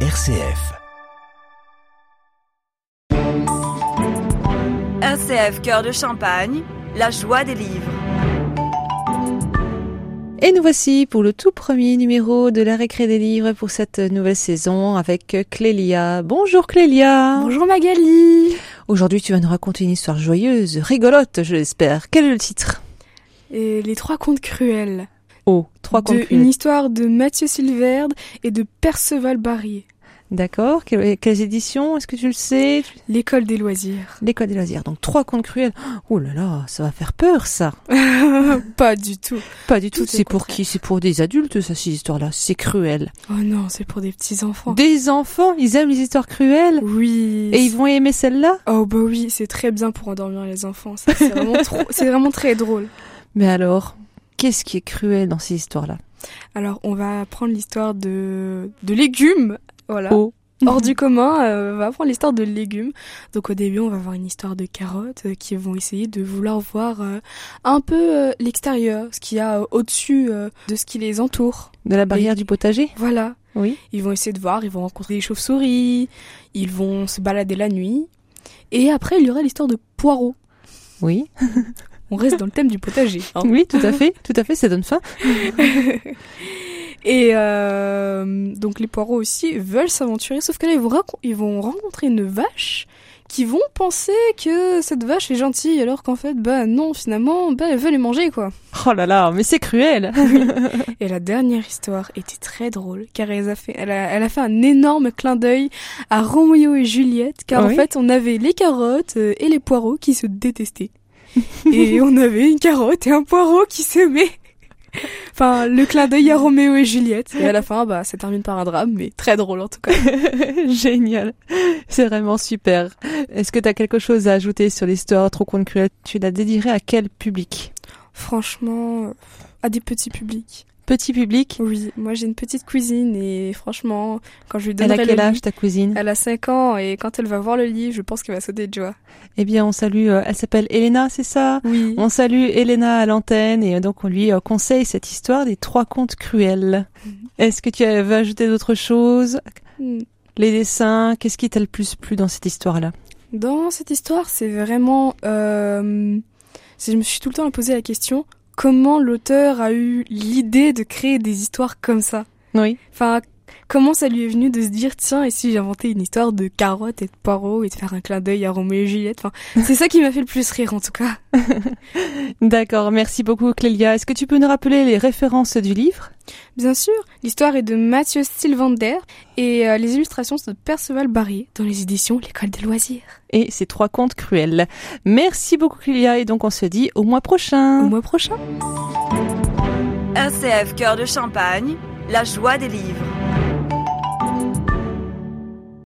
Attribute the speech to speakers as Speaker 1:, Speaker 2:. Speaker 1: RCF.
Speaker 2: RCF Cœur de Champagne, la joie des livres.
Speaker 3: Et nous voici pour le tout premier numéro de la récré des livres pour cette nouvelle saison avec Clélia. Bonjour Clélia.
Speaker 4: Bonjour Magali.
Speaker 3: Aujourd'hui, tu vas nous raconter une histoire joyeuse, rigolote, je l'espère. Quel est le titre
Speaker 4: Et les trois contes cruels.
Speaker 3: Oh, trois
Speaker 4: de,
Speaker 3: contes.
Speaker 4: Une histoire de Mathieu Silverde et de Perceval Barrier.
Speaker 3: D'accord. Quelles, quelles éditions Est-ce que tu le sais
Speaker 4: L'école des loisirs.
Speaker 3: L'école des loisirs. Donc trois contes cruels. Oh là là, ça va faire peur, ça.
Speaker 4: Pas du tout.
Speaker 3: Pas du tout.
Speaker 4: Tout au
Speaker 3: C'est pour
Speaker 4: contraire.
Speaker 3: qui C'est pour des adultes, ça, ces histoires-là. C'est cruel.
Speaker 4: Oh non, c'est pour des petits enfants.
Speaker 3: Des enfants, ils aiment les histoires cruelles.
Speaker 4: Oh. Oui.
Speaker 3: Et ils vont aimer celle-là
Speaker 4: Oh bah oui, c'est très bien pour endormir les enfants. ça, C'est vraiment, trop... c'est vraiment très drôle.
Speaker 3: Mais alors, qu'est-ce qui est cruel dans ces histoires-là
Speaker 4: Alors on va prendre l'histoire de de légumes. Voilà.
Speaker 3: Oh.
Speaker 4: Hors du commun, euh, on va prendre l'histoire de légumes. Donc au début, on va avoir une histoire de carottes euh, qui vont essayer de vouloir voir euh, un peu euh, l'extérieur, ce qu'il y a euh, au-dessus euh, de ce qui les entoure.
Speaker 3: De la barrière du potager
Speaker 4: Voilà.
Speaker 3: Oui.
Speaker 4: Ils vont essayer de voir, ils vont rencontrer des chauves-souris, ils vont se balader la nuit. Et après, il y aura l'histoire de poireaux.
Speaker 3: Oui.
Speaker 4: On reste dans le thème du potager. hein.
Speaker 3: Oui, tout à fait. Tout à fait, ça donne faim.
Speaker 4: Et euh, donc les poireaux aussi veulent s'aventurer, sauf que là ils vont, racon- ils vont rencontrer une vache qui vont penser que cette vache est gentille alors qu'en fait bah non finalement bah elle veut les manger quoi.
Speaker 3: Oh là là, mais c'est cruel
Speaker 4: Et la dernière histoire était très drôle car elle a fait, elle a, elle a fait un énorme clin d'œil à Roméo et Juliette car
Speaker 3: Oui.
Speaker 4: en fait on avait les carottes euh, et les poireaux qui se détestaient. et on avait une carotte et un poireau qui s'aimaient. Enfin, le clin d'œil à Roméo et Juliette. Et à la fin, bah, ça termine par un drame, mais très drôle en tout cas.
Speaker 3: Génial. C'est vraiment super. Est-ce que tu as quelque chose à ajouter sur l'histoire Trop conte cruel Tu la dédierais à quel public
Speaker 4: Franchement, euh, à des petits publics.
Speaker 3: Petit public
Speaker 4: Oui, moi j'ai une petite cuisine et franchement, quand je lui
Speaker 3: Elle
Speaker 4: donnerai
Speaker 3: a quel
Speaker 4: le
Speaker 3: âge
Speaker 4: livre,
Speaker 3: ta cousine
Speaker 4: elle a 5 ans et quand elle va voir le livre, je pense qu'elle va sauter de joie.
Speaker 3: Eh bien, on salue, euh, elle s'appelle Elena, c'est ça
Speaker 4: Oui.
Speaker 3: On salue Elena à l'antenne et euh, donc on lui euh, conseille cette histoire des trois contes cruels. Est-ce que tu euh, veux ajouter d'autres choses
Speaker 4: Hmm.
Speaker 3: Les dessins, qu'est-ce qui t'a le plus plu dans cette histoire-là
Speaker 4: Dans cette histoire, c'est vraiment. euh, c'est- je me suis tout le temps posé la question comment l'auteur a eu l'idée de créer des histoires comme ça
Speaker 3: Oui.
Speaker 4: Enfin, comment ça lui est venu de se dire tiens, et si j'inventais une histoire de carottes et de poireaux et de faire un clin d'œil à Roméo et Juliette enfin, C'est ça qui m'a fait le plus rire en tout cas.
Speaker 3: D'accord, merci beaucoup Clélia. Est-ce que tu peux nous rappeler les références du livre
Speaker 4: Bien sûr, l'histoire est de Mathieu Sylvander et euh, les illustrations sont de Perceval Barrier dans les éditions L'École des loisirs.
Speaker 3: et ces trois contes cruels. Merci beaucoup Clélia et donc on se dit au mois prochain.
Speaker 4: Au mois prochain.
Speaker 2: RCF Cœur de Champagne, la joie des livres.